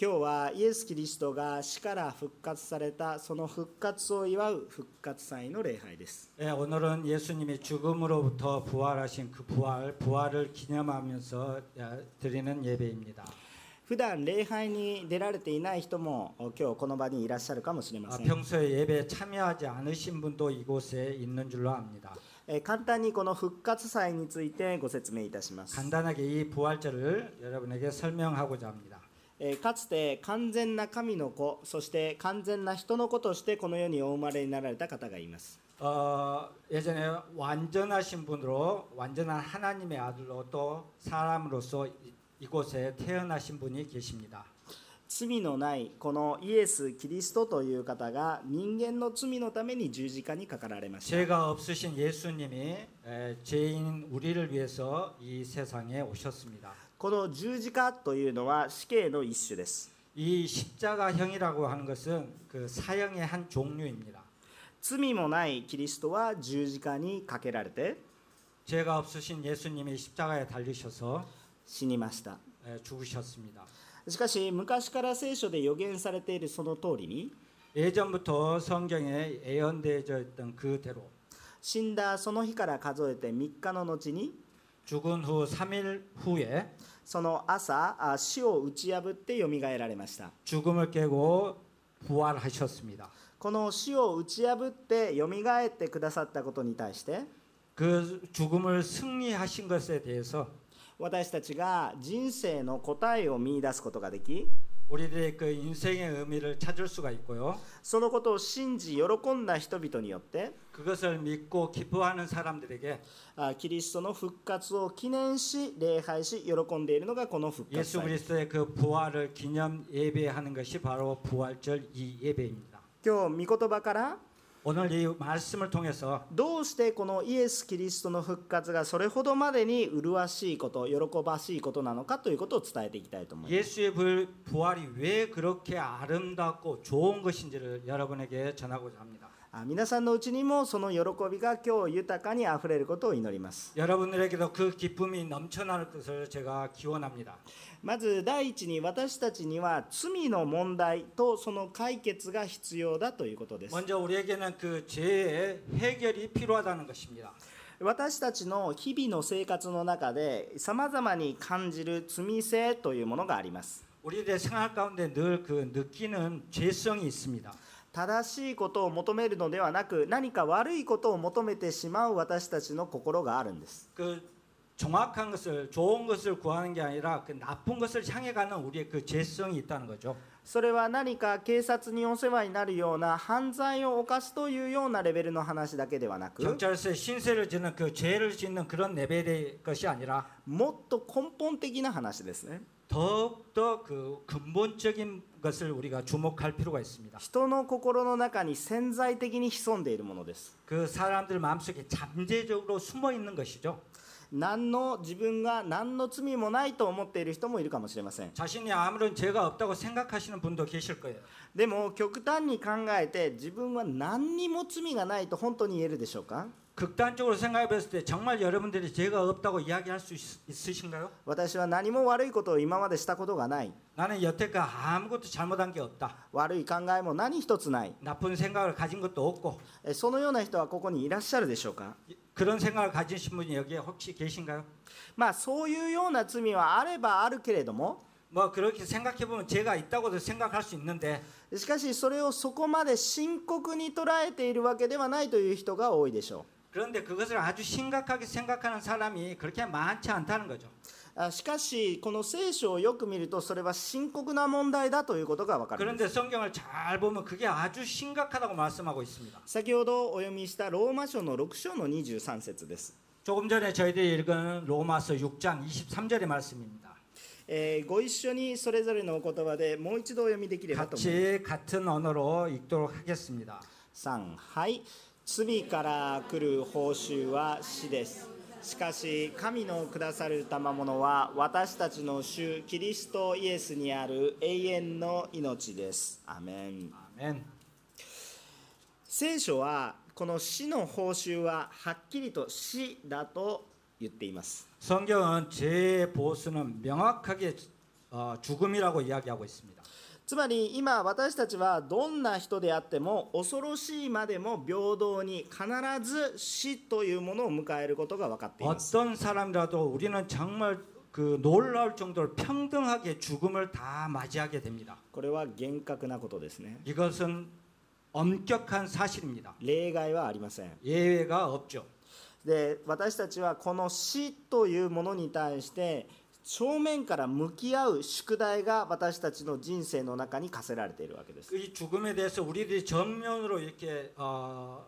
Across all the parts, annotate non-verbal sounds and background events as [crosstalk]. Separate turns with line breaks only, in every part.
今日はイエス・キリストが死から復活されたその復活を祝う復活祭の礼拝です
예, 오늘은 예수님이 죽음으로부터 부활하신 그 부활, 부활을 기념하면서 예, 드리는 예배입니다. 아,
普段礼拝に出られていない人もお今日この場にいらっしゃるかもしれま
아,
せん
평소에 예배에 참여하지 않으신 분도 이곳에 있는 줄로 압니다.
えー簡単にこの復活祭についてご説明いたします
간단하게 이 부활절을 여러분에게 설명하고자 합니다.
えーかつて完全な神の子そして完全な人の子としてこの世にお生まれになられた方がいます
어, 예전에 완전하신 분으로 완전한 하나님의 아들로 또 사람으로서 이- 이곳에 태어나신 분이 계십니다.
罪のないこのイエス・キリストという方が人間の罪のために十字架にかかられました
죄가 없으신 예수님이 에, 죄인 우리를 위해서 이 세상에 오셨습니다.
この十字架というのは死刑の一種です
이 십자가형이라고 하는 것은 그 사형의 한 종류입니다.
罪もないキリストは十字架にかけられて
죄가 없으신 예수님이 십자가에 달리셔서
死にました
에, 죽으셨습니다.
しかし昔から聖書で予言されているその通りに
예전부터 성경에 예언되어져 있던 그대로
死んだその日から数えて3日の後に
죽은 후 3일 후에
その朝あ死を打ち破ってよみがえられました
죽음을 깨고 부활하셨습니다.
この死を打ち破ってよみがえってくださったことに対して
그 죽음을 승리하신 것에 대해서
私たちが人生の答えを見出すことができ
우리들의 그 인생의 의미를 찾을 수가 있고요.
そのことを信じ喜んだ人々によって
그것을 믿고 기뻐하는 사람들에게
あキリストの復活を記念し礼拝し喜んでいるのがこの復活
예수
祭
그리스도의 그 부활을 기념 예배하는 것이 바로 부활절 이 예배입니다.
今日御言葉から
오늘 이 말씀을 통해서
どうしてこのイエス・キリストの復活がそれほどまでに麗しいこと喜ばしいことなのかということを伝えていきたいと思います
예수의 불- 부활이 왜 그렇게 아름답고 좋은 것인지를 여러분에게 전하고자 합니다.
あ皆さんのうちにもその喜びが今日豊かにあふれることを祈ります
여러분들에게도 그 기쁨이 넘쳐나는 것을 제가 기원합니다.
まず第一に私たちには罪の問題とその解決が必要だということです
먼저 우리에게는 그 죄의 해결이 필요하다는 것입니다.
私たちの日々の生活の中でさまざまに感じる罪性というものがあります。
우리들의 생활 가운데 늘 그 느끼는 죄성이 있습니다.
正しいことを求めるのではなく何か悪いことを求めてしまう私たちの心があるんです。
그 정확한 것을 좋은 것을 구하는 게 아니라 그 나쁜 것을 향해 가는 우리의 그 죄성이 있다는 거죠.
それは何か警察にお世話になるような犯罪を犯すというようなレベルの話だけではなく
경찰서에 신세를 지는 그 죄를 짓는 그런 레벨의 것이 아니라
もっと根本的な話ですね。
더욱더 그 근본적인 것을 우리가 주목할 필요가 있습니다.
人の心の中に潜在的に潜んでいるものです。
그 사람들 마음속에 잠재적으로 숨어 있는 것이죠.
何の自分が何の罪もないと思っている人もいるかもしれません。
자신이 아무런 죄가 없다고 생각하시는 분도 계실 거예요.
でも極端に考えて自分は何にも罪がないと本当に言えるでしょうか
극단적으로 생각해 봤을 때 정말 여러분들이 죄가 없다고 이야기할 수 있- 있으신가요?
私は何も悪いことを今までしたことがない
나는 여태껏 아무것도 잘못한 게 없다.
悪い考えも何一つない
나쁜 생각을 가진 것도 없고
えそのような人はここにいらっしゃるでしょうか
그런 생각을 가지신 분이 여기에 혹시 계신가요?
まあそういうような罪はあればあるけれども
뭐 그렇게 생각해 보면 죄가 있다고도 생각할 수 있는데
しかしそれをそこまで深刻に捉えているわけではないという人が多いでしょ
그런데 그것을 아주 심각하게 생각하는 사람이 그렇게 많지 않다는 거죠.
うあしかしこの聖書をよく見るとそれは深刻な問題だということがわかるんです
그런데 성경을 잘 보면 그게 아주 심각하다고 말씀하고 있습니다.
先ほどお読みしたローマ書の6章の23節です
조금 전에 저희들이 읽은 로마서 6장 23절의 말씀입니다.
えーご一緒にそれぞれのお言葉でもう一度お読みできればと思います。
같이 같은 언어로 읽도록 하겠습니다.
3はい罪から来る報酬は死です。しかし神のくださる賜物は私たちの主キリストイエスにある永遠の命です。アーメン
아멘.
聖書はこの死の報酬ははっきりと死だと言っています。
성경은 죄의 보수는 명확하게 어, 죽음이라고 이야기하고 있습니다.
つまり今私たちはどんな人であっても恐ろしいまでも平等に必ず死というものを迎えることが分かっています。
어떤 사람이라도 우리는 정말 그 놀라울 정도로 평등하게 죽음을 다 맞이하게 됩니다.
これは厳格なことですね。
이것은 엄격한 사실입니다.
例外はありません。
예외가 없죠.
で私たちはこの死というものに対して正面から向き合う宿題が私たちの人生の中に課せられているわけです
그이 죽음에 대해서 우리들이 전면으로 이렇게 어,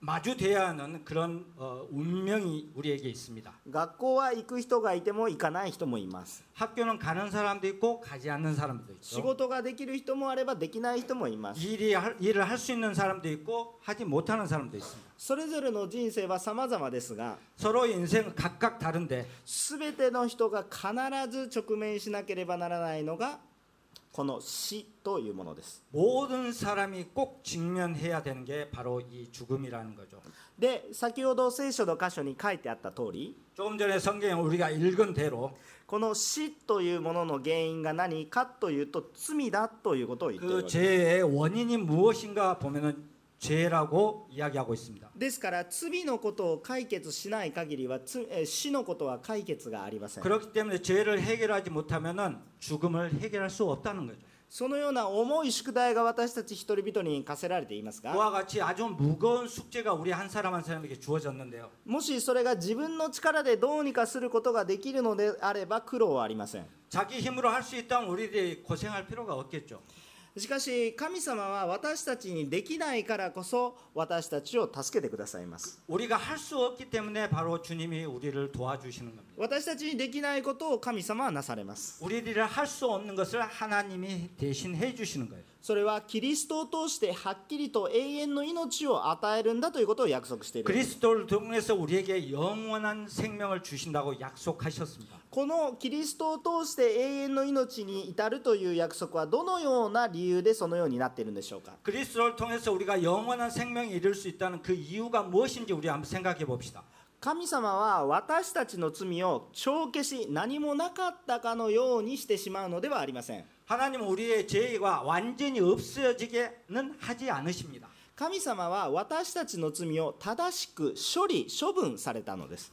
마주돼야 하는 그런 어, 운명이 우리에게 있습니다.
学校は行く人がいても行かない人もいます
학교는 가는 사람도 있고 가지 않는 사람도
仕
있죠.
事ができる人もあればできない人もいます
일이 할, 일을 할 수 있는 사람도 있고 하지 못하는 사람도 있습니다.
それぞれの人生は様々ですが
서로 인생은 각각 다른데
全ての人が必ず直面しなければならないのがこの死というものです
모든 사람이 꼭 직면해야 되는 게 바로 이 죽음이라는 거죠.
で先ほど聖書の箇所に書いてあった通り
조금 전에 성경에 우리가 읽은 대로
この死というものの原因が何かというと罪だということを言っているわけ
그
です
죄의 원인이 무엇인가 보면은 죄라고 이야기하고 있습니다.
ですから罪のことを解決しない限りはつえー死のことは解決がありません
그렇기 때문에 죄를 해결하지 못하면은 죽음을 해결할 수 없다는 거죠.
そのような重い宿題が私たち一人々に課せられていますが
그와 같이 아주 무거운 숙제가 우리 한 사람 한 사람에게 주어졌는데요.
もしそれが自分の力でどうにかすることができるのであれば苦労はありません
자기 힘으로 할 수 있다면 우리들이 고생할 필요가 없겠죠.
しかし神様は私たちにできないからこそ私たちを助けてくださいます
우리가 할 수 없기 때문에 바로 주님이 우리를 도와주시는 겁니다.
私たちにできないことを神様はなされます
우리들이 할 수 없는 것을 하나님이 대신 해 주시는 거예요.
それはキリストを通してはっきりと永遠の命を与えるんだということを約束している
그리스도를 통해서 우리에게 영원한 생명을 주신다고 약속하셨습니다.
このキリストを通して永遠の命に至るという約束はどのような理由でそのようになっているんでしょうか
그리스도를 통해서 우리가 영원한 생명이 이룰 수 있다는 그 이유가 무엇인지 우리 한번 생각해 봅시다.
神様は私たちの罪を帳消し何もなかったかのようにしてしまうのではありません
하나님은 우리의 죄가 완전히 없어지게는 하지 않으십니다.
神様は私たちの罪を正しく処理処分されたのです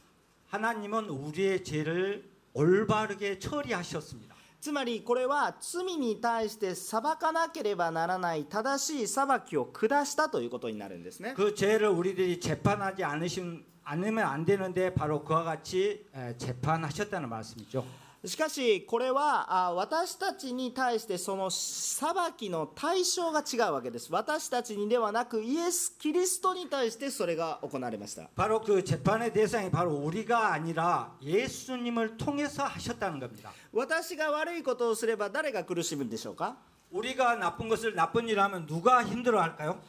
하나님은 우리의 죄를 올바르게 처리하셨습니다.
つまりこれは罪に対して裁かなければならない正しい裁きを下したということになるんですね
그 죄를 우리들이 재판하지 않으신 않으면 안 되는데 바로 그와 같이 에, 재판하셨다는 말씀이죠.
しかしこれはあ私たちに対してその裁きの対象が違うわけです私たちにではなくイエス・キリストに対してそれが行われました
바로 그 재판의 대상이 바로 우리가 아니라 예수님을 통해서 하셨다는 겁니다.
私が悪いことをすれば誰が苦しむんでしょうか
우리가 나쁜 것을 나쁜 일을 하면 누가 힘들어 할까요?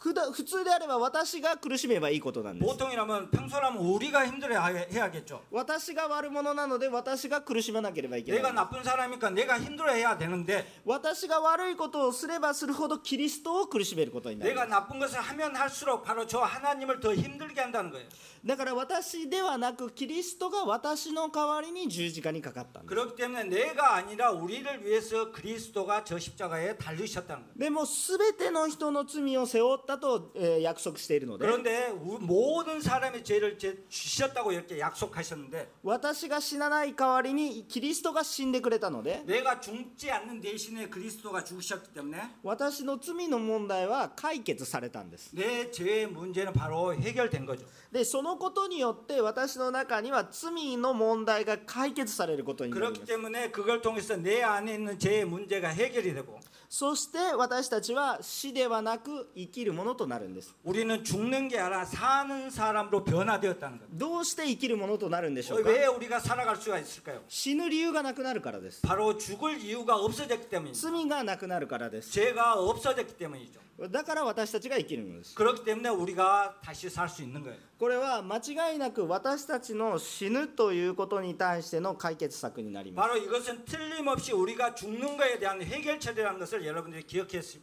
普段普通であれば私が苦しめばいいことなんです
보통이라면 평소라면 우리가 힘들어 해야겠죠.
私が悪者なので私が苦しまなければいけない
내가 나쁜 사람이니까 내가 힘들어 해야 되는데
私が悪いことをすればするほどキリストを苦しめることになる
내가 나쁜 것을 하면 할수록 바로 저 하나님을 더 힘들게 한다는 거예요.
だから私ではなくキリストが私の代わりに十字架にかかったんです
그렇기 때문에 내가 아니라 우리를 위해서 그리스도가 저 십자가에 달리셨다는 거예요.
でも全ての人の罪を背負ったと、えー約束しているので
그런데 우- 모든 사람의 죄를 제- 주셨다고 이렇게 약속하셨는데
私が死なない代わりにキリストが死んでくれたので
내가 죽지 않는 대신에 그리스도가 죽으셨기 때문에
私の罪の問題は解決されたんです
내 죄의 문제는 바로 해결된 거죠.
でそのことによって私の中には罪の問題が解決されることになりま
그렇기
す
때문에 그걸 통해서 내 안에 있는 죄의 문제가 해결이 되고
そして私たちは死ではなく生きるものとなるんです
우리는 죽는 게 아니라 사는 사람으로 변화되었다는 거예요.
どうして生きるものとなるんでしょうか
왜 우리가 살아갈 수가 있을까요?
死ぬ理由がなくなるからです
바로 죽을 이유가 없어졌기 때문입니다.
罪がなくなるからです
죄가 없어졌기 때문이죠.
だから私たちが生きるのです
그렇기 때문에 우리가 다시 살 수 있는 거예요.
これは間違いなく私たちの死ぬということに対しての解決策になります
바로 이것은 틀림없이 우리가 죽는 것에 대한 해결책이라는 것을 여러분들이 기억했으면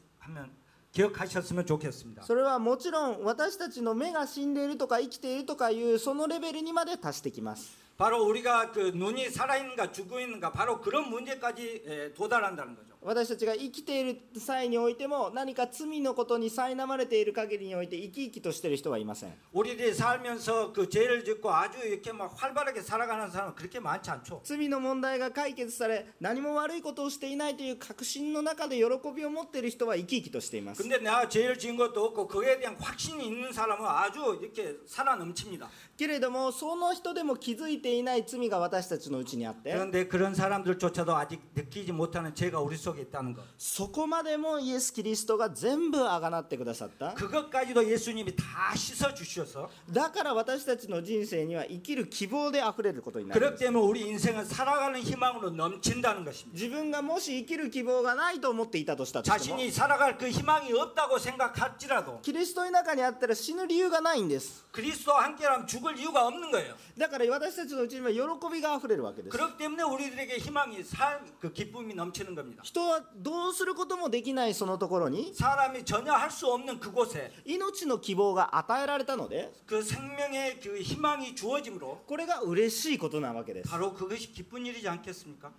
기억하셨으면 좋겠습니다.
それはもちろん私たちの目が死んでいるとか生きているとかいうそのレベルにまで達してきます
바로 우리가 그 눈이 살아있는가 죽어 있는가 바로 그런 문제까지 에, 도달한다는 거죠.
私たちが生きている際においても何か罪のことに苛まれている限りにおいて生き生きとしている人はいません
우리들이 살면서 그 죄를 짓고 아주 이렇게 막 활발하게 살아가는 사람은 그렇게 많지 않죠.
罪の問題が解決され何も悪いことをしていないという確信の中で喜びを持っている人は生き生きとしています
근데 내가 죄를 지은 것도 없고 그에 대한 확신이 있는 사람은 아주 이렇게 살아 넘칩니다.
けれどもその人でも気づいていない罪が私たちのうちにあって
그런데 그런 사람들조차도 아직 느끼지 못하는 죄가 우리 속에 있다는 것.
そこまでもイエス・キリストが全部あがなってくださった
그것까지도 예수님이 다 씻어 주셔서
だから私たちの人生には生きる希望であふれることになるんで
그렇기
す
때문에 우리 인생은 살아가는 희망으로 넘친다는 것입니다.
自分がもし生きる希望がないと思っていたとしたとしても
자신이 살아갈 그 희망이 없다고 생각할지라도
キリストの中にあったら死ぬ理由がないんです
그리스도와 함께라면 죽을 이유가 없는 거예요.
だから私たちのうちには喜びがあふれるわけです
그렇기 때문에 우리들에게 희망이 삶, 그 기쁨이 넘치는 겁니다.
人はどうすることもできないそのところに
사람이 전혀 할 수 없는 그곳에
命の希望が与えられたので
그 생명의 그 희망이 주어짐으로
これが嬉しいことなわけです
바로 그것이 기쁜 일이지 않겠습니까?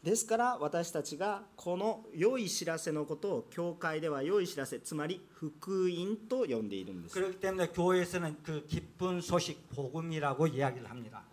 ですから私たちがこの良い知らせのことを教会では良い知らせつまり福音と呼んでいるんです
그렇기 때문에 교회에서는 그 기쁜 소식 복음이라고 이야기를 합니다.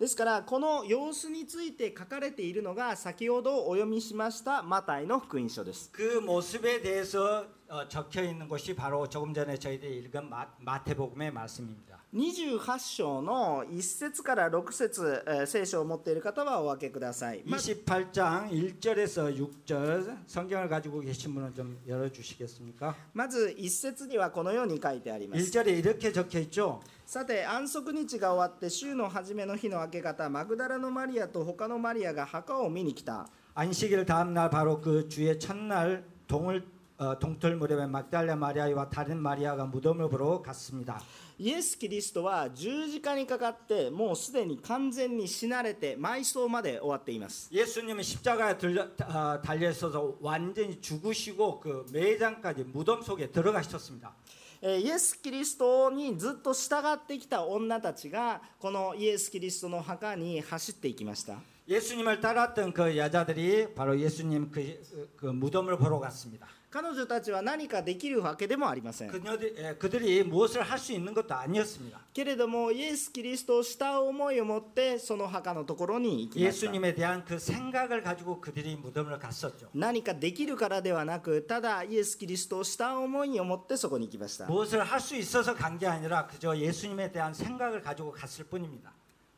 ですからこの様子について書かれているのが先ほどお読みしましたマタイの福音書です
그 모습에 대해서 어, 적혀 있는 것이 바로 조금 전에 저희들이 읽은 마, 마태복음의 말씀입니다.
28章の1節から6節、えー聖書を持っている方はお分けください、ま
28장 1절에서 6절 성경을 가지고 계신 분은 좀 열어 주시겠습니까?
まず1節にはこのように書いてあります
1절에 이렇게 적혀 있죠.
さて安息日が終わって週の初めの日の明け方マグダラのマリアと他のマリアが墓を見に来た
안식일 다음 날 바로 그 주의 첫날 동을 어, 동틀 무렵에 막달라 마리아와 다른 마리아가 무덤을 보러 갔습니다.
イエス・キリストは十字架にかかってもうすでに完全に死なれて埋葬まで終わっています
예수님이 십자가에 들려, 아, 달려 있어서 완전히 죽으시고 그 매장까지 무덤 속에 들어가셨습니다.
えーイエス・キリストにずっと従ってきた女たちがこのイエス・キリストの墓に走っていきました
예수님을 따랐던 그 여자들이 바로 예수님 그, 그 무덤을 보러 갔습니다.
彼女たちは何かできるわけでもありません
그녀들 예, 그들이 무엇을 할 수 있는 것도 아니었습니다.
けれどもイエス・キリストを慕う思いを持ってその墓のところに行きました
예수님에 대한 그 생각을 가지고 그들이 무덤을 갔었죠.
何かできるからではなくただイエス・キリストを慕う思いを持ってそこに行きました
무엇을 할 수 있어서 간 게 아니라 그저 예수님에 대한 생각을 가지고 갔을 뿐입니다.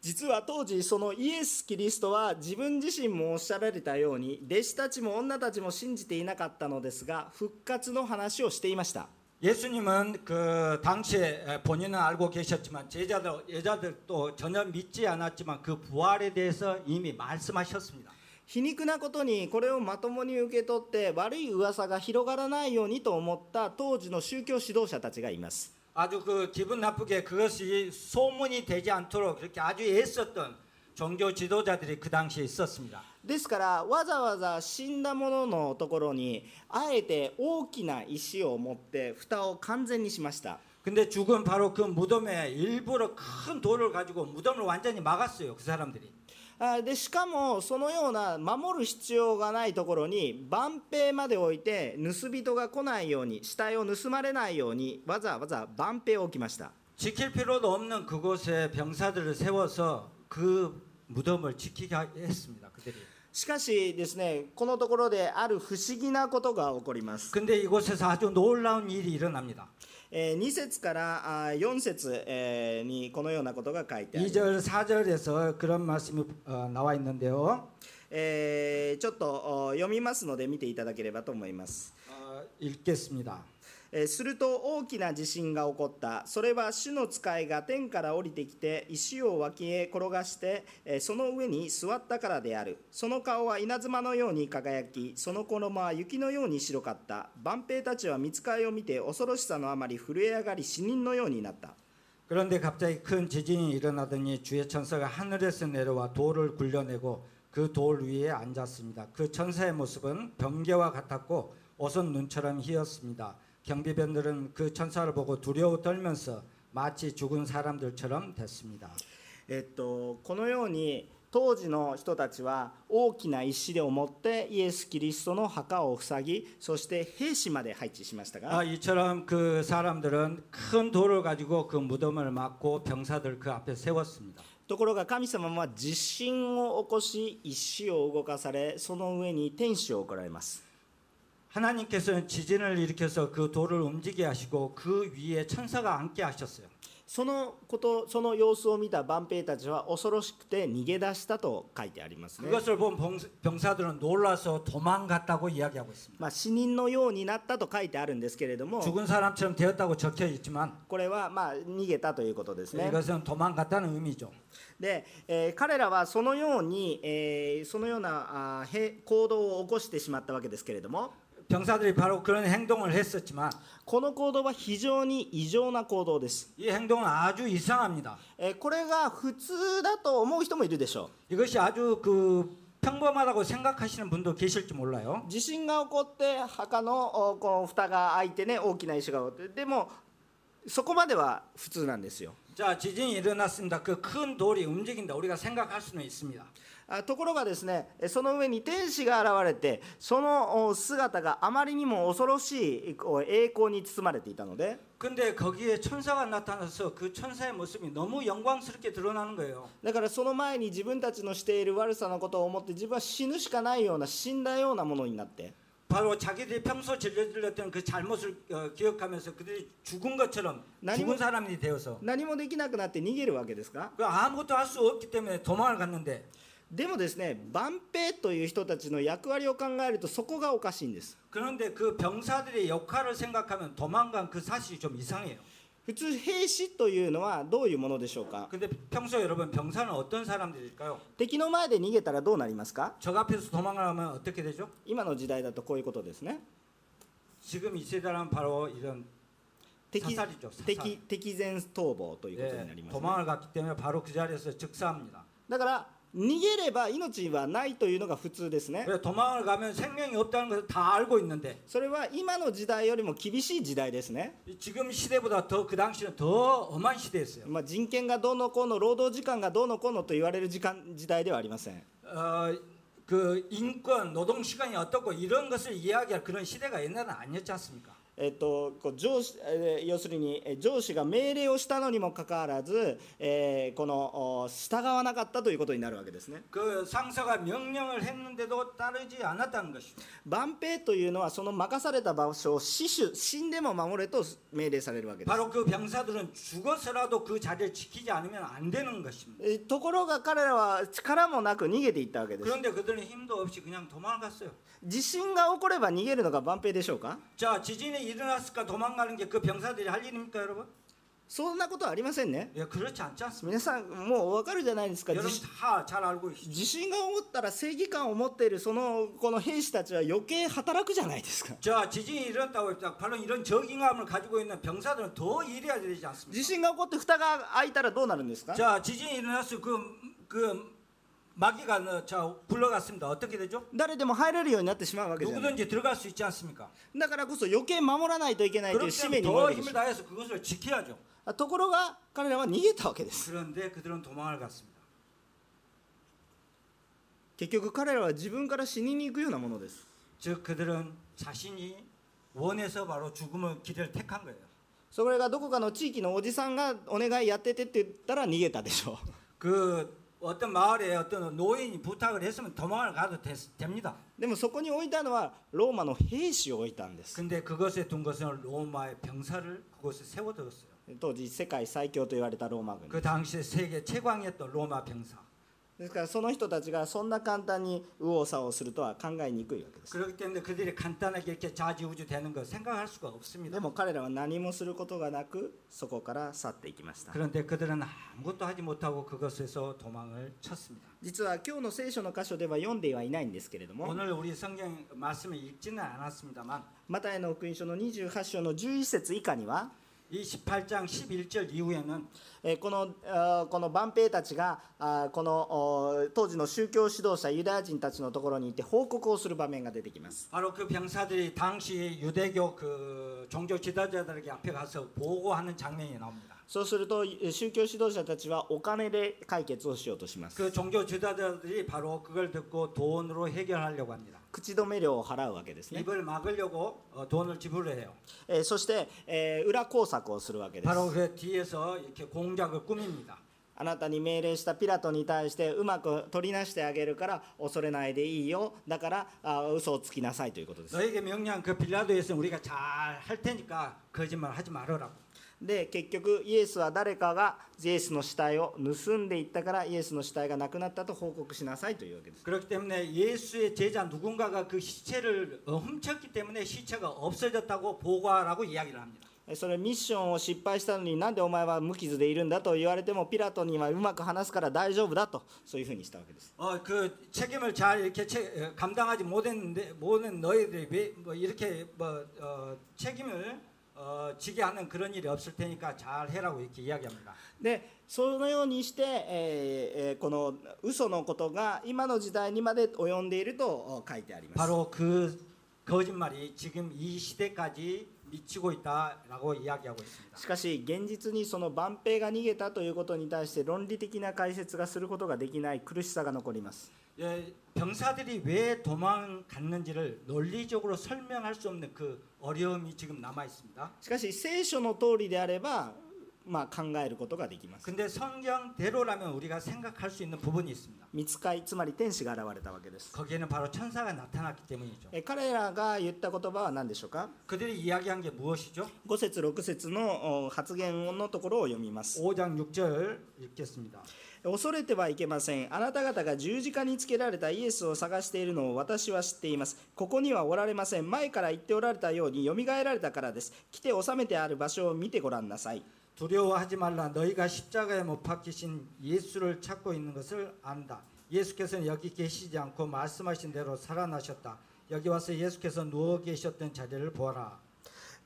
実は当時そのイエス・キリストは自分自身もおっしゃられたように弟子たちも女たちも信じていなかったのですが復活の話をしていました
예수님은 그 당시에 예, 본인은 알고 계셨지만 제자들 여자들도 전혀 믿지 않았지만 그 부활에 대해서 이미 말씀하셨습니다.
皮肉なことにこれをまともに受け取って悪い噂が広がらないようにと思った当時の宗教指導者たちがいます
아주 그 기분 나쁘게 그것이 소문이 되지 않도록 그렇게 아주 애썼던 종교 지도자들이 그 당시에 있었습니다.
ですからわざわざ死んだ者のところにあえて大きな石を持って蓋を完全にしました
근데 죽은 바로 그 무덤에 일부러 큰 돌을 가지고 무덤을 완전히 막았어요. 그 사람들이.
あでしかもそのような守る必要がないところに万平まで置いて盗人が来ないように死体を盗まれないようにわざわざ万平を置きました
지킬 필요도 없는 그곳에 병사들을 세워서 그 무덤을 지키게 했습니다. 그들이.
しかしですねこのところである不思議なことが起こります、
근데 이곳에서 아주 놀라운 일이 일어납니다.
え2節からあ4節、えーにこのようなことが書いてあります
2절 4절에서 그런 말씀이 어, 나와 있는데요.
えーちょっとお読みますので見ていただければと思います。
어, 읽겠습니다.
えーすると大きな地震が起こったそれは主の使いが天から降りてきて石を脇へ転がしてえーその上に座ったからであるその顔は稲妻のように輝きその衣は雪のように白かった万兵たちは見つかいを見て恐ろしさのあまり震え上がり死人のようになった
그런데 갑자기 큰 지진이 일어나더니 주의 천사가 하늘에서 내려와 돌을 굴려내고 그 돌 위에 앉았습니다. 그 천사의 모습은 번개와 같았고 옷은 눈처럼 희었습니다. 경비병들은 그 천사를 보고 두려워 떨면서 마치 죽은 사람들처럼 됐습니다.
えっと、このように当時の人たちは大きな石で思ってイエス・キリストの墓を塞ぎそして兵士まで配置しましたが、
아, 이처럼 그 사람들은 큰 돌을 가지고 그 무덤을 막고 병사들 그 앞에 세웠습니다.
ところが神様は地震を起こし石を動かされその上に天使を送られます
하나님께서는 지진을 일으켜서 그 돌을 움직이게 하시고 그 위에 천사가 앉게 하셨어요.
そのことその様子を見た万兵たちは恐ろしくて逃げ出したと書いてありますね、
그것을 본 병- 병사들은 놀라서 도망갔다고 이야기하고 있습니다.
まあ、死人のようになったと書いてあるんですけれども
죽은 사람처럼 되었다고 적혀 있지만
これはまあ逃げたということですね
이것은 도망갔다는 의미죠.
で、えー彼らはそのように、えーそのようなあーへ行動を起こしてしまったわけですけれども
병사들이 바로 그런 행동을 했었지만
この行動は非常に異常な行動です、
이 행동은 아주 이상합니다.
えーこれが普通だと思う人もいるでしょ
이것이 아주 그 평범하다고 생각하시는 분도 계실지
う
몰라요.
地震が起こって墓のおこの蓋が開いてね大きな石が落ってでもそこまでは普通なんですよ
자, 지진이 일어났습니다. 그 큰 돌이 움직인다. 우리가 생각할 수는 있습니다.
あところがですねえその上に天使が現れてそのお姿があまりにも恐ろしいこう栄光に包まれていたので
근데 거기에 천사가 나타나서 그 천사의 모습이 너무 영광스럽게 드러나는 거예요.
だからその前に自分たちのしている悪さのことを思って自分は死ぬしかないような死んだようなものになって
바로 자기들이 평소 질려질렸던 그 잘못을 어, 기억하면서 그들이 죽은 것처럼
난이
죽은
뭐-
사람이 되어서
何もできなくなって逃げるわけですか
그 아무것도 할 수 없기 때문에 도망을 갔는데
でもですね万平という人たちの役割を考えるとそこがおかしいんです
그런데 그 병사들의 역할을 생각하면 도망간 그 사실이 좀 이상해요.
普通兵士というのはどういうものでしょうか
근데 평소 여러분 병사는 어떤 사람들일까요?
敵の前で逃げたらどうなりますか
적 앞에서 도망가면 어떻게 되죠?
今の時代だとこういうことですね
지금 이 세대라면 바로 이런
敵
사살이죠. 사살.
敵敵前逃亡ということになり
예,
ます、ね
도망을 갔기 때문에 바로 그 자리에서 즉사합니다.
だから逃げれば命はないというのが普通ですね
왜 도망을 가면 생명이 없다는 것을 다 알고 있는데
それは今の時代よりも厳しい時代ですね
이 지금 시대보다 더 그 당시는 더 엄한 시대였어요.
まあ、人権がどうのこうの労働時間がどうのこうのと言われる時間時代ではありません
어, 그 인권, 노동 시간이 어떻고 이런 것을 이야기할 그런 시대가 옛날은 아니었지 않습니까?
えっと、こう上司えー要するにえー上司が命令をしたのにもかかわらず、えーこのお従わなかったということになるわけですね
그 상사가 명령을 했는데도 따르지 않았다는 것이죠.
万平というのはその任された場所を死守死んでも守れと命令されるわけです
바로 그 병사들은 죽어서라도 그 자리를 지키지 않으면 안 되는 것입니다.
えーところが彼らは力もなく逃げていったわけです
그런데 그들은 힘도 없이 그냥 도망갔어요.
地震が起これば逃げるのが万平でしょうか
자 지진이 일어났을까 도망가는 게 그 병사들이 할 일입니까 여러분?
そんなことはありませんね
예 그렇지 않지 않습니까?
皆さんもうお分かるじゃないですか地
여러분 다 잘 알고 계시죠.
自信が思ったら正義感を持っているそのこの兵士たちは余計働くじゃないですか
자 지진이 일어났다고 했다. 바로 이런 적응감을 가지고 있는 병사들은 더 일해야 되지
地
않습니까?
震が起こって蓋が開いたらどうなるんですか
자 지진이 일어났을 그그 마귀가 어, 자 굴러갔습니다. 어떻게 되죠?
誰でも入れるようになってしまうわけじゃない
누구든지 들어갈 수 있지 않습니까?
だからこそ余計守らないといけないという
그렇기
使命
때문에
に燃
더
えるでしょ
힘을 다해서 그것을 지켜야죠.
うところが彼らは逃げたわけです
그런데 그들은 도망을 갔습니다.
結局彼らは自分から死にに行くようなものです
즉 그들은 자신이 원해서 바로 죽음의 길을 택한 거예요.
それがどこかの地域のおじさんがお願いやっててって言ったら逃げたでしょ [laughs]
그 어떤 마을에 어떤 노인이 부탁을 했으면 도망을 가도 됐, 됩니다.
うでもそこに置いたのはローマの兵士を置いたんです
근데 그것에 둔 것은 로마의 병사를 그곳에 세워두었어요.
当時世界最強と言われたローマ軍
그 당시에 세계 최강이었던 로마 병사.
ですからその人たちがそんな簡単に右往左往するとは考えにくいわけです。
그렇기 때문에 그들이 간단하게 이렇게 좌지우지 되는 거 생각할 수가
で
없습니다.
も彼らは何もすることがなくそこから去っていきました。
그런데 그들은 아무것도 하지 못하고 그것에서 도망을 쳤습니다.
実は今日の聖書の箇所では読んではいないんですけれども
오늘 우리 성경 말씀을 읽지는 않았습니다만
マタイの福音書の28章の11節以下には
이 18장 11절 이후에는
えーこのあーこの万兵たちがあーこのおー当時の宗教指導者ユダヤ人たちのところに行って報告をする場面が出てきます。
바로 그 병사들이 당시 유대교 그 종교 지도자들에게 앞에 가서 보고하는 장면이 나옵니다.
そうすると宗教指導者たちはお金で解決をしようとします
그 종교 지도자들이 바로 그걸 듣고 돈으로 해결하려고 합니다.
口止め料を払うわけですね、
입을 막으려고 어, 돈을 지불해요.
えーそして、えー裏工作をするわけです
바로 그 뒤에서 이렇게 공작을 꾸밉니다.
あなたに命令したピラトに対してうまく取りなしてあげるから恐れないでいいよだからあ嘘をつきなさいということです
너에게 명령 그 빌라도에서 우리가 잘 할 테니까 거짓말 하지 말아라.
で結局イエスは誰かがイエスの死体を盗んでいったからイエスの死体がなくなったと報告しなさいというわけです
그렇기 때문에 예수의 제자 누군가가 그 시체를 어, 훔쳤기 때문에 시체가 없어졌다고 보고하라고 이야기를 합니다.
えそれミッションを失敗したのになんでお前は無傷でいるんだと言われてもピラトにはうまく話すから大丈夫だとそういうふうにしたわけです
어, 그 책임을 잘 이렇게 채- 어, 감당하지 못했는데 못한 너희들이 왜- 뭐 이렇게 뭐 어, 책임을 어, 지게 하는 그런 일이 없을 테니까 잘 해라고 이렇게 이야기합니다.
でそのようにして、えーえーこの嘘のことが今の時代にまで及んでいるとお書いてあります
바로 그 거짓말이 지금 이 시대까지 미치고 있다라고 이야기하고 있습니다.
しかし現実にその万兵が逃げたということに対して論理的な解説がすることができない苦しさが残ります
예, 병사들이 왜 도망갔는지를 논리적으로 설명할 수 없는 그 어려움이 지금 남아 있습니다.
しかし聖書の通りであれば、まあ、考えることができます
근데 성경대로라면 우리가 생각할 수 있는 부분이 있습니다.
見つかいつまり天使が現れたわけです
거기에는 바로 천사가 나타났기 때문이죠.
え彼らが言った言葉は何でしょうか
그들이 이야기한 게 무엇이죠?
5節6節のお発言のところを読みます
5장 6절 읽겠습니다.
恐れてはいけませんあなた方が十字架につけられたイエスを探しているのを私は知っていますここにはおられません前から言っておられたようによみがえられたからです来て納めてある場所を見てごらんなさい
두려워하지 말라 너희가 십자가에 못 박히신 예수를 찾고 있는 것을 안다 예수께서는 여기 계시지 않고 말씀하신 대로 살아나셨다 여기 와서 예수께서 누워 계셨던 자리를 보아라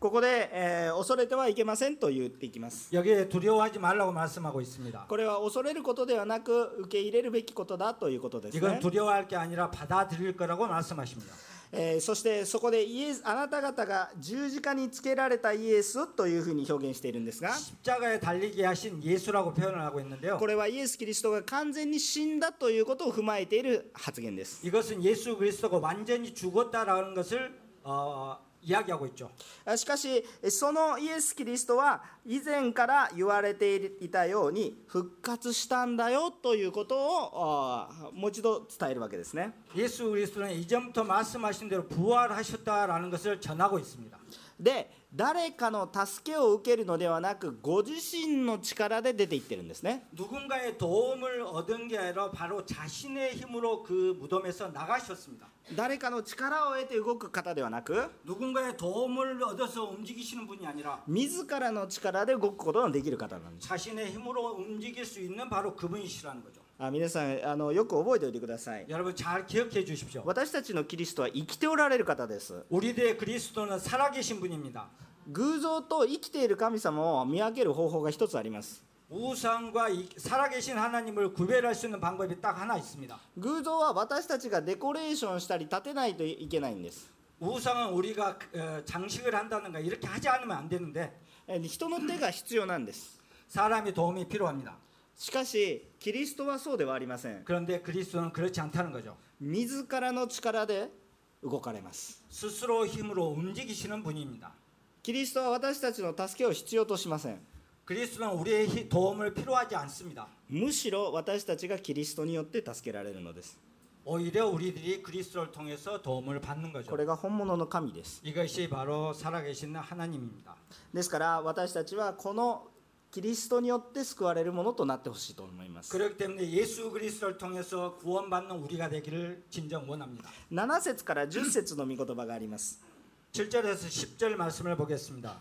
ここで、えー恐れてはいけませんと言っていきます
여기에 두려워하지 말라고 말씀하고 있습니다
これは恐れることではなく受け入れるべきことだということです、
이건
ね
두려워할 게 아니라 받아들일 거라고 말씀하십니다
えーそしてそこでイエスあなた方が十字架につけられたイエスというふうに表現しているんですが
십자가에 달리게 하신 예수라고 표현을 하고 있는데요
これはイエス・キリストが完全に死んだということを踏まえている発言です
이것은 예수 그리스도가 완전히 죽었다라는 것을 어, 이야기하고 있죠
しかしそのイエス・キリストは以前から言われていたように復活したんだよということをあーもう一度伝えるわけですね
예수 그리스도는 이전부터 말씀하신 대로 부활하셨다라는 것을 전하고 있습니다.
で誰かの助けを受けるのではなくご自身の力で出ていってるんですね
누군가의 도움을 얻은 게 아니라 바로 자신의 힘으로 그 무덤에서 나가셨습니다.
誰かの力を得て動く方ではなく
누군가의 도움을 얻어서 움직이시는 분이 아니라
自らの力で動くことのできる方なんです
자신의 힘으로 움직일 수 있는 바로 그분이시라는 거죠.
あ皆さんあのよく覚えておいてください
여러분 잘 기억해 주십시오.
私たちのキリストは生きておられる方です
우리들의 그리스도는 살아계신 분입니다.
偶像と生きている神様を見分ける方法が一つあります。
우상과 이- 살아계신 하나님을 구별할 수 있는 방법이 딱 하나 있습니다.
偶像は私たちがデコレーションしたり立てないといけないんです。
우상은 우리가 어, 장식을 한다든가 이렇게 하지 않으면 안 되는데
え人の手が必要なんです。
사람의 도움이 필요합니다.
しかし、キリストはそうではありません。
그런데 그리스도는 그렇지 않다는 거죠.
自らの力で動かれます。
스스로 힘으로 움직이시는 분입니다.
キリストは私たちの助けを必要としません。
그리스도는 우리의 히- 도움을 필요하지 않습니다.
むしろ私たちがキリストによって助けられるのです。
오히려 우리들이 그리스도를 통해서 도움을 받는 거죠.
これが本物の神です。
이것이 바로 살아계신 하나님입니다.
ですから私たちはこのキリストによって救われるものとなってほしいと思います。
그렇기 때문에 예수 그리스도를 통해서 구원받는 우리가 되기를 진정 원합니다.
7節から10節の御言葉があります。
7절에서 10절 말씀을 보겠습니다.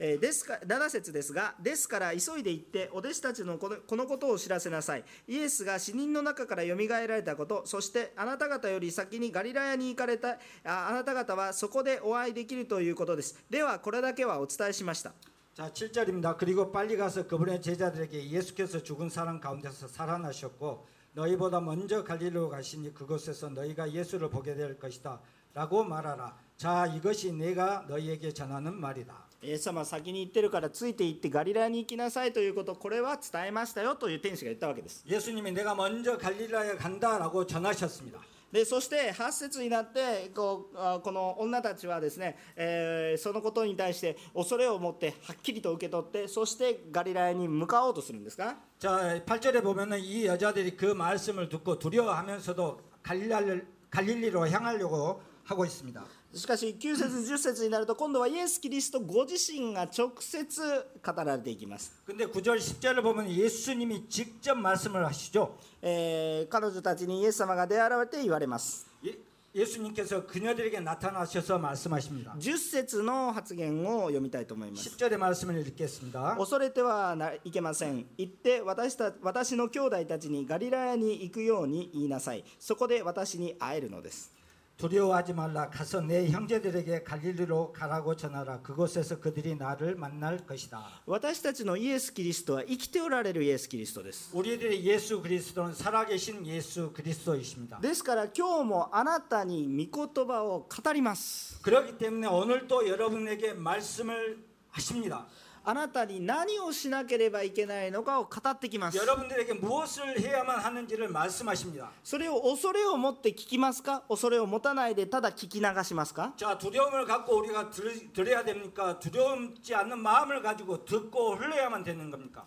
えーですか7節ですが、ですから急いで行って、お弟子たちのこのこのことを知らせなさい。イエスが死人の中からよみがえられたこと、そしてあなた方より先にガリラヤに行かれたあ、あなた方はそこでお会いできるということです。では、これだけはお伝えしました。
자, 7절입니다. 그리고 빨리 가서 그분의 제자들에게 예수께서 죽은 사람 가운데서 살아나셨고 너희보다 먼저 갈릴리로 가시니 그곳에서 너희가 예수를 보게 될 것이다. 라고 말하라. 자, 이것이 내가 너희에게 전하는 말이다.
えイエス様は先に行ってるからついて行ってガリラヤに行きなさいということこれは伝えましたよという天使が言ったわけです
예수님이 내가 먼저 갈릴라에 간다라고 전하셨습니다.
でそして8節になってこうあこの女たちはですね、えーそのことに対して恐れを持ってはっきりと受け取ってそしてガリラヤに向かおうとするんですが
자, 8절에 보면은 이 여자들이 그 말씀을 듣고 두려워하면서도 갈릴라를 갈릴리로 향하려고 하고 있습니다.
しかし9節10節になると今度はイエス・キリストご自身が直接語られていきます、
근데 9절 10절을 보면 예수님이 직접 말씀을 하시죠.
えー彼女たちにイエス様が出現れて言われます
예, 예수님께서 그녀들에게 나타나셔서 말씀하십니다.
10節の発言を読みたいと思います
10절의 말씀을 읽겠습니다.
恐れてはないけません行って私た私の兄弟たちにガリラヤに行くように言いなさいそこで私に会えるのです
두려워하지 말라 가서 내 형제들에게 갈릴리로 가라고 전하라 그곳에서 그들이 나를 만날 것이다.
私たちのイエス・キリストは生きておられるイエス・キリストです
우리들의 예수 그리스도는 살아계신 예수 그리스도이십니다.
ですから今日もあなたに御言葉を語ります
그렇기 때문에 오늘도 여러분에게 말씀을 하십니다.
あなたに何をしなければいけないのかを語ってきます
여러분들에게 무엇을 해야만 하는지를 말씀하십니다.
それを恐れを持って聞きますか恐れを持たないでただ聞き流しますか
자 두려움을 갖고 우리가 들, 들어야 됩니까? 두려움지 않는 마음을 가지고 듣고 흘러야만 되는 겁니까?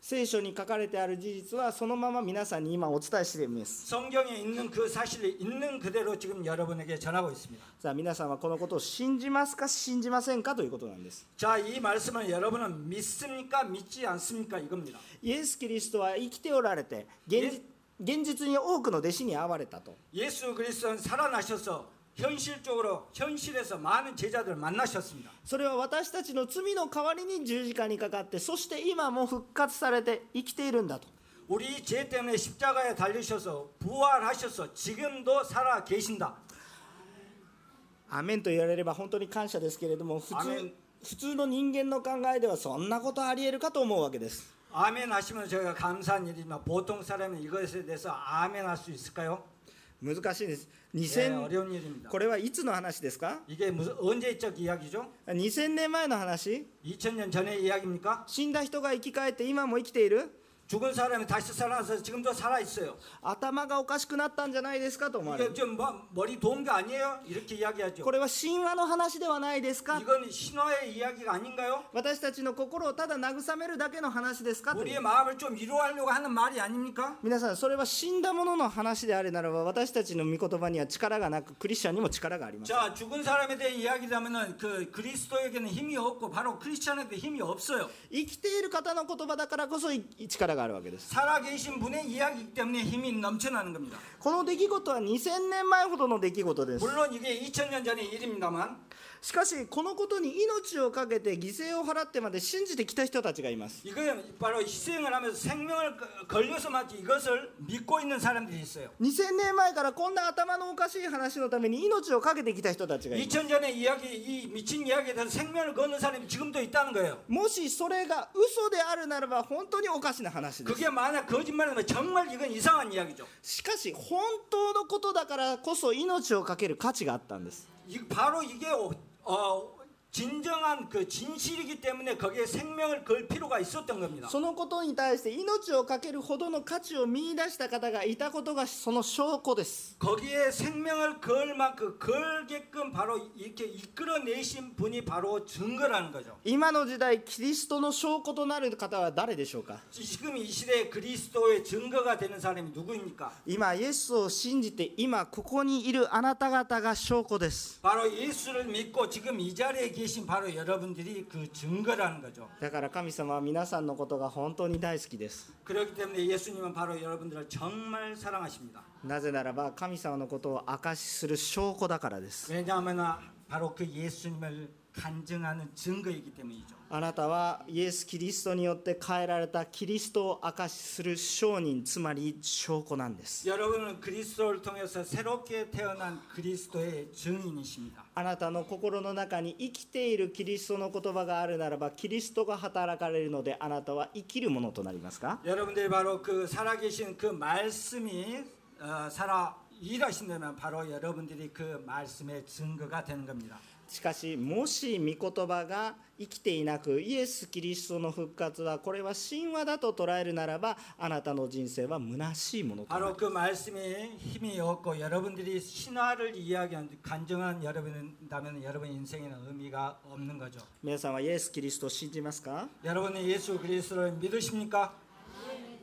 聖書に書かれてある事実はそのまま皆さんに今お伝えしています
성경에 있는 그 사실이 있는 그대로 지금 여러분에게 전하고 있습니다.
さあ皆さんはこのことを信じますか信じませんかということなんです
자 이 말씀을 여러분은 믿습니까? 믿지 않습니까? 이겁니다.
イエス・キリストは生きておられて現実現実に多くの弟子に会われたと
예수 그리스도는 살아나셔서 현실적으로 현실에서 많은 제자들을 만나셨습니다.
それは私たちの罪の代わりに十字架にかかってそして今も復活されて生きているんだと
우리 죄 때문에 십자가에 달리셔서 부활하셔서 지금도 살아 계신다.
アーメンと言われれば本当に感謝ですけれども普
アーメ
通
ン
普通の人間の考えではそんなことありえるかと思うわけです
아멘 하시면 저희가 감사한 일이지만 보통 사람은 이것에 대해서 아멘 할 수 있을까요?
難しいです
예
2000
어려운 일입니다.
これはいつの話ですか
이게 무슨 언제적 이야기죠?
2000年前の話
2000년 전의 이야기입니까?
死んだ人が生き返って今も生きている
죽은 사람이 다시 살아나서 지금도 살아 있어요.
頭がおかしくなったんじゃないですかと思われ
이게
る
좀 뭐, 머리 도운 거 아니에요? 이렇게 이야기하죠.
これは神話の話ではないですか
이건 신화의 이야기가 아닌가요?
私たちの心をただ慰めるだけの話ですかという
우리의 마음을 좀 위로하려고 하는 말이 아닙니까?
皆さんそれは死んだ者の話であるならば私たちの御言葉には力がなくクリスチャンにも力がありません
자 죽은 사람에 대한 이야기라면은 그 그리스도에게는 힘이 없고 바로 크리스천에게 힘이 없어요.
生きている方の言葉だからこそい力があるわけです
살아계신 분의 이야기이기 때문에 힘이 넘쳐나는 겁니다.
この出来事は2000年前ほどの出来事です
물론 이게 2000년 전의 일입니다만
しかしこのことに命を懸けて犠牲を払ってまで信じてきた人たちがいます
이건 바로 희생을 하면서 생명을 거- 걸려서 마치 이것을 믿고 있는 사람들이 있어요.
2000年前からこんな頭のおかしい話のために命を懸けてきた人たちがいます
2000년 전의 이야기 이 미친 이야기에 대해서 생명을 거는 사람이 지금도 있다는 거예요.
もしそれが嘘であるならば本当におかしな話です
그게 만약 거짓말이면 정말 이건 이상한 이야기죠.
しかし本当のことだからこそ命を懸ける価値があったんです
이 바로 이게 어, 어, 진정한 그 진실이기 때문에 거기에 생명을 걸 필요가 있었던 겁니다.
そのことに対して命を懸けるほどの価値を見出した方がいたことがその証拠です
거기에 생명을 걸 만큼 걸게끔 바로 이렇게 이끌어내신 분이 바로 증거라는 거죠.
今の時代キリストの証拠となる方は誰でしょうか
지금 이 시대에 그리스도의 증거가 되는 사람이 누구입니까?
今イエスを信じて今ここにいるあなた方が証拠です
바로 예수를 믿고 지금 이 자리에 계신 바로 여러분들이 그 증거라는 거죠.
だから神様は皆さんのことが本当に大好きです
그렇기 때문에 예수님은 바로 여러분들을 정말 사랑하십니다.
なぜならば神様のことを証しする証拠だからです
왜냐하면 바로 그 예수님을 간증하는 증거이기 때문이죠.
あなたはイエス・キリストによって変えられたキリストを証しする証人つまり証拠なんです
여러분은 그리스도를 통해서 새롭게 태어난 그리스도의 증인이십니다.
あなたの心の中に生きているキリストの言葉があるならばキリストが働かれるのであなたは生きるものとなりますか
여러분들이 바로 그 살아계신 그 말씀이 어, 살아 일하신다면 바로 여러분들이 그 말씀의 증거가 되는 겁니다.
しかしもし御言葉が生きていなくイエス・キリストの復活はこれは神話だと捉えるならばあなたの人生は虚しいものとなる
바로 그 말씀이 힘이 없고 여러분들이 신화를 이야기한 간증한 여러분이라면 여러분 인생에는 의미가 없는 거죠.
皆さんはイエス・キリストを信じますか
여러분이 예수 그리스도를 믿으십니까?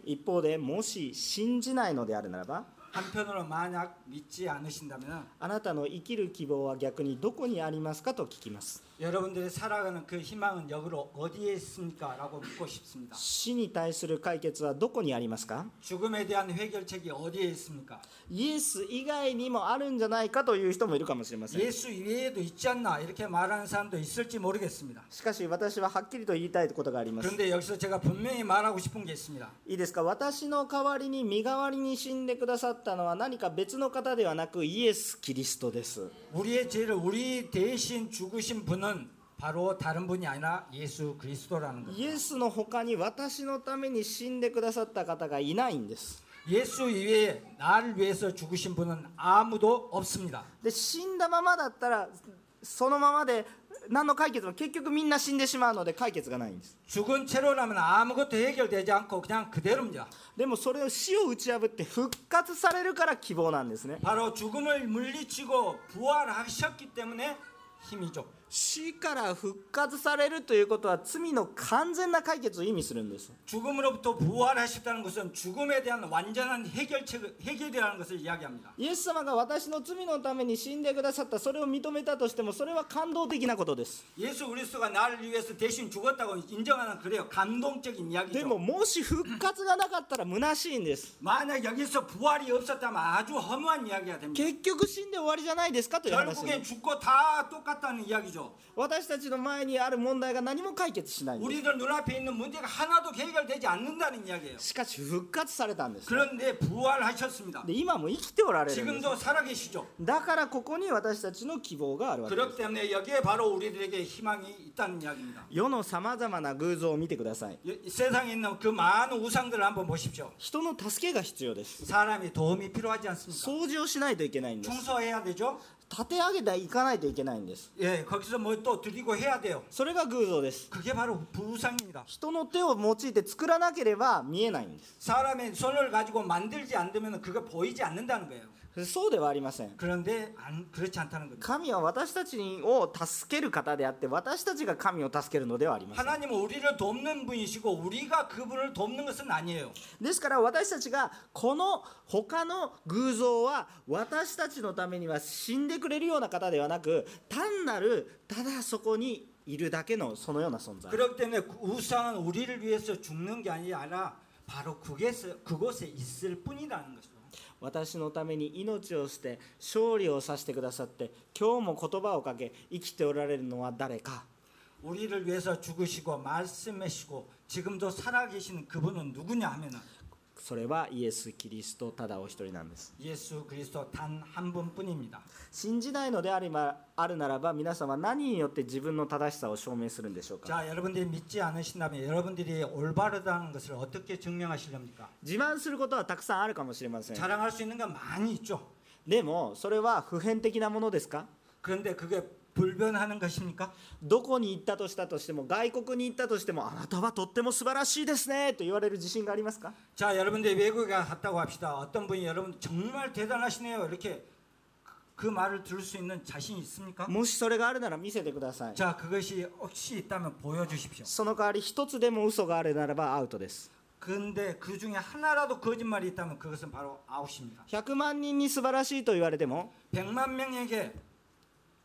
一方でもし信じないのであるならば
한편으로 만약 믿지 않으신다면
あなたの生きる希望は逆にどこにありますかと聞きます
여러분들이 살아가는 그 희망은 역으로 어디에 있습니까? 라고 묻고 싶습니다.
死に対する解決はどこにありますか
죽음에 대한 해결책이 어디에 있습니까?
イエス以外にもあるんじゃないかという人もいるかもしれません
예수 외에도 있지 않나 이렇게 말하는 사람도 있을지 모르겠습니다.
しかし私ははっきりと言いたいことがあります
그런데 여기서 제가 분명히 말하고 싶은 게 있습니다.
いいですか私の代わりに身代わりに死んでくださったのは何か別の方ではなくイエス・キリストです
우리의 죄를 우리 대신 죽으신 분은 바로 다른 분이 아니라 예수 그리스도라는 거예요.
イエスの他に私のために死んでくださった方がいないんです
예수 이외에 나를 위해서 죽으신 분은 아무도 없습니다.
で死んだままだったらそのままで何の解決も結局みんな死んでしまうので解決がないんです
죽은 채로라면 아무것도 해결되지 않고 그냥 그대로입니다.
でもそれを死を打ち破って復活されるから希望なんですね
바로 죽음을 물리치고 부활하셨기 때문에 힘이죠.
死から復活されるということは罪の完全な解決を意味するんです
죽음으로부터 부활하셨다는 것은 죽음에 대한 완전한 해결책 해결이라는 것을 이야기합니다.
イエス様が私の罪のために死んでくださったそれを認めたとしてもそれは感動的なことです
예수 그리스도가 나를 위해서 대신 죽었다고 인정하는 그래요 감동적인
で
이야기죠.
ももし復活がなかったら虚しいんです
만약 여기서 부활이 없었다면 아주 허무한 이야기가 됩니다.
結局死んで終わりじゃないですかという話
결국엔 죽고 다 똑같다는 이야기죠.
私たちの前にある問題が何も解決しないんです
우리들 눈앞에 있는 문제가 하나도 해결되지 않는다는 이야기예요.
しかし復活されたんです
그런데 부활하셨습니다.
で今も生きておられるんです
지금도 살아계시죠.
だからここに私たちの希望があるわけです
그렇기 때문에 여기에 바로 우리들에게 희망이 있다는 이야기입니다.
世のさまざまな偶像を見てください
이 세상에 있는 그 많은 우상들을 한번 보십시오.
人の助けが必要です
사람의 도움이 필요하지 않습니까?
掃除をしないといけないんです
청소해야 되죠.
立て上げていかないといけないんです
예, 거기서 뭐 또 드리고 해야 돼요.
それが偶像です
그게 바로 부상입니다.
人の手を用いて作らなければ見えないんで
사람의 손을 가지고 만들지 않으면 그게 보이지 않는다는 거예요.
すそうではありません
그런데 안 그렇지 않다는 겁니다.
神は私たちを助ける方であって私たちが神を助けるのではありません
하나님은 우리를 돕는 분이시고 우리가 그분을 돕는 것은 아니에요.
ですから私たちがこの他の偶像は私たちのためには死んでくれるような方ではなく単なるただそこにいるだけのそのような存在
그렇기 때문에 그 우상은 우리를 위해서 죽는 게 아니라 바로 그곳에, 그곳에 있을 뿐이라는 것이죠.
私のために命を捨て勝利をさせてくださって今日も言葉をかけ生きておられるのは誰か
우리를 위해서 죽으시고 말씀하시고 지금도 살아계시는 그분은 누구냐 하면은
それはイエス・キリストただお一人なんです
예수 그리스도 단 한 분뿐입니다.
信じないのであればあるならば皆さんは何によって自分の正しさを証明するんでしょうか
자, 여러분들이 믿지 않으신다면 여러분들이 올바르다는 것을 어떻게 증명하시렵니까?
自慢することはたくさんあるかもしれません
자랑할 수 있는 건 많이 있죠.
でもそれは普遍的なものですか
그런데 그게 불변하는 것입니까?
どこに行ったとしたとしても外国に行ったとしてもあなたはとっても素晴らしいですねと言われる自信がありますか
자, 여러분들이 외국에 갔다고 합시다. 어떤 분이 여러분 정말 대단하시네요. 이렇게 그 말을 들을 수 있는 자신이 있습니까?
もしそれがあるなら見せてください
자, 그것이 혹시 있다면 보여주십시오.
その代わり一つでも嘘があるならばアウトです
근데 그 중에 하나라도 거짓말이 있다면 그것은 바로 아웃입니다.
100万人に素晴らしいと言われても
100만 명에게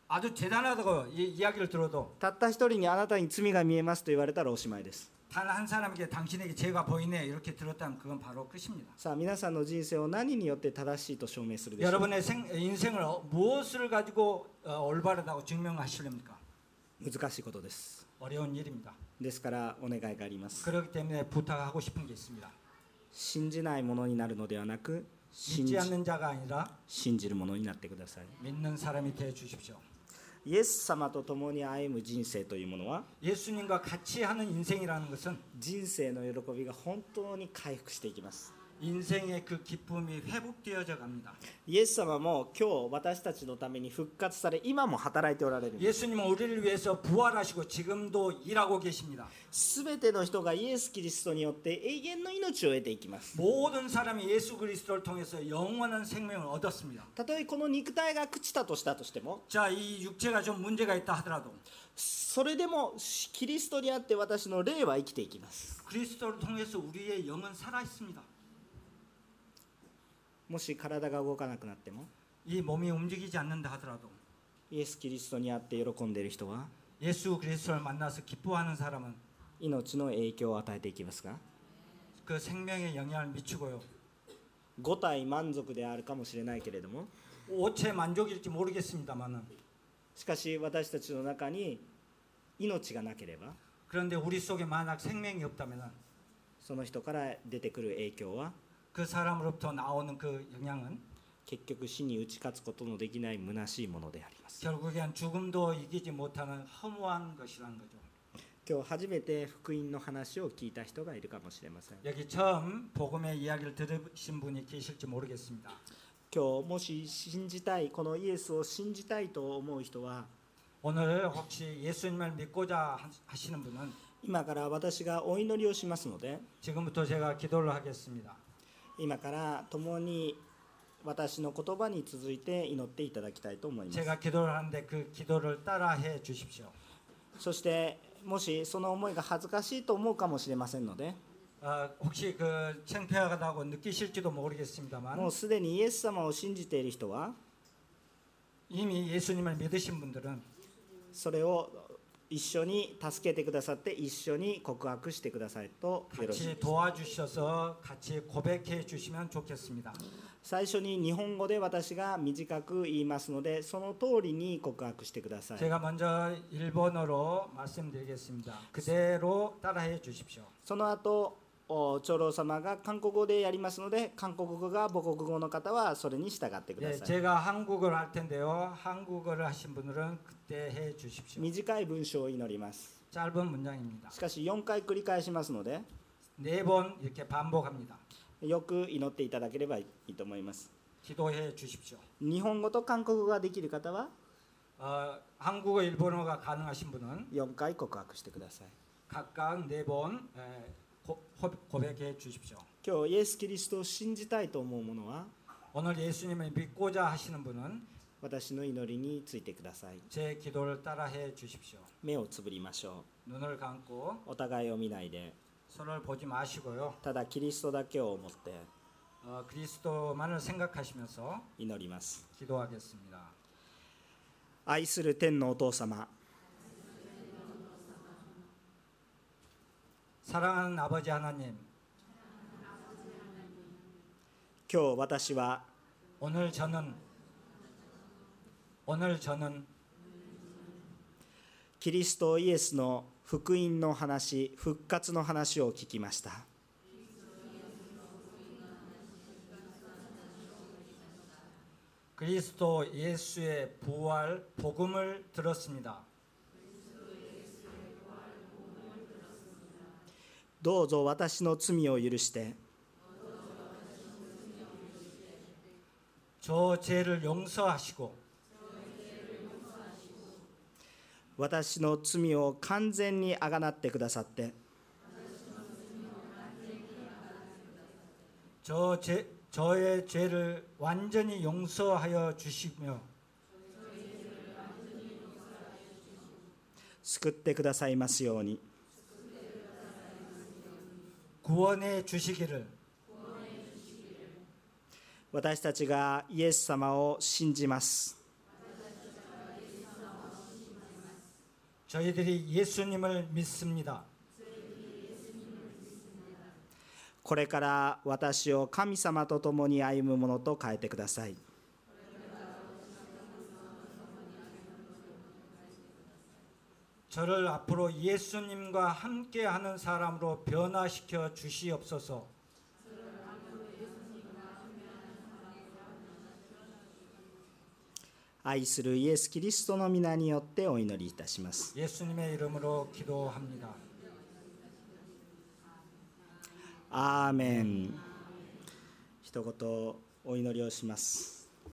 아주 대단하다고 이 이야기를 들어도
たった一人にあなたに罪が見えますと言われたらおしまいです
단 한 사람에게 당신에게 죄가 보이네 이렇게 들었다면 그건 바로 끝입니다.
さあ皆さんの人生を何によって正しいと証明するでしょう
여러분의 생, 인생을 어- 무엇을 가지고 어, 올바르다고 증명하시렵니까?
難しいことです
어려운 일입니다.
ですからお願いがあります
그렇기 때문에 부탁하고 싶은 게 있습니다.
信じないものになるのではなく信じ
믿지 않는 자가 아니라
信じるものになってください
믿는 사람이 되어 주십시오.
イエス様と共に歩む人生というものは
예수님과 같이 하는 인생이라는 것은
人生の喜びが本当に回復していきます
인생의 그 기쁨이 회복되어져 갑니다.
イエス様も今日私たちのために復活され今も働いておられる
예수님은 우리를 위해서 부활하시고 지금도 일하고 계십니다.
全ての人がイエス・キリストによって永遠の命を得ていきます
모든 사람이 예수 그리스도를 통해서 영원한 생명을 얻었습니다.
たとえこの肉体が朽ちたとしたとしても
자, 이 육체가 좀 문제가 있다 하더라도
それでもキリストにあって私の霊は生きていきます
그리스도를 통해서 우리의 영은 살아 있습니다.
もし体が動かなくなっても
이 몸이 움직이지 않는다 하더라도
イエス・キリストにあって喜んでいる人は
예수 그리스도를 만나서 기뻐하는 사람은
命の影響を与えていきますが
그 생명에 영향을 미치고요.
五体満足であるかもしれないけれども
오체 만족일지 모르겠습니다만은
しかし私たちの中に命がなければ
그런데 우리 속에 만약 생명이 없다면은
その人から出てくる影響は
그 사람으로부터 나오는 그 영향은
結局死に打ち勝つことのできない虚しいものであります
결국엔 죽음도 이기지 못하는 허무한 것이라는 거죠.
今日初めて福音の話を聞いた人がいるかもしれません
여기 처음 복음의 이야기를 들으신 분이 계실지 모르겠습니다.
今日もし信じたいこのイエスを信じたいと思う人は
오늘 혹시 예수님을 믿고자 하- 하시는 분은
今から私がお祈りをしますので
지금부터 제가 기도를 하겠습니다.
今から共に私の言葉に続いて祈っていただきたいと思います
제가 기도를 하는데 그 기도를 따라해 주십시오.
そしてもしその思いが恥ずかしいと思うかもしれませんので
아, 혹시 그 창피하다고 느끼실지도
も
모르겠습니다만
うすでにイエス様を信じている人は
이미 예수님을 믿으신 분들은
それを一緒に助けてくださって一緒に告白してくださいとよろしいで
같이
す
도와주셔서 같이 고백해 주시면 좋겠습니다.
最初に日本語で私が短く言いますのでその通りに告白してください
제가 먼저 일본어로 말씀드리겠습니다. 그대로 따라해 주십시오.
その後お長老様が韓国語でやりますので韓国語が母国語の方はそれに従ってくだ
예,
さい
제가 한국어를 할 텐데요. 한국어를 하신 분들은 그때 해 주십시오.
短い文章を祈ります
짧은 문장입니다.
しかし4回繰り返しますので
네 번 이렇게 반복합니다.
よく祈っていただければいいと思います
기도해 주십시오.
日本語と韓国語ができる方は
어, 한국어, 일본어가 가능하신 분은
4回告白してください
각각 네번 고백해 주십시오.
今日イエス・キリストを信じたいと思う者は
오늘 예수님을 믿고자 하시는 분은
私の祈りについてください
제 기도를 따라해 주십시오.
目をつぶりましょ
눈을 감고
うお互いを見ないで
서로를 보지 마시고요.
ただキリストだけを思って
어, 그리스도만을 생각하시면서
祈ります
기도하겠습니다.
愛する天のお父様
사랑하는 아버지 하나님,
今日私は
오늘 저는 오늘 저는
キリストイエスの福音の話復活の話を聞きました
그리스도 예수의 부활 복음을 들었습니다.
どうぞ私の罪を許して
저 죄를 용서하시고
私の罪を完全にあがなってくださって
저 죄, 저의 죄를 완전히 용서하여 주시며
救ってくださいますように
구원해 주시기를
私たちがイエス様を信じます。
저희들이 예수님을 믿습니다.
これから私を神様と共に歩むものと変えてください。
저를 앞으로 예수님과 함께하는 사람으로 변화시켜 주시옵소서.
愛するイエス・キリストの皆によってお祈りいたします。
예수님의 이름으로 기도합니다.
アーメン。一言お祈りをします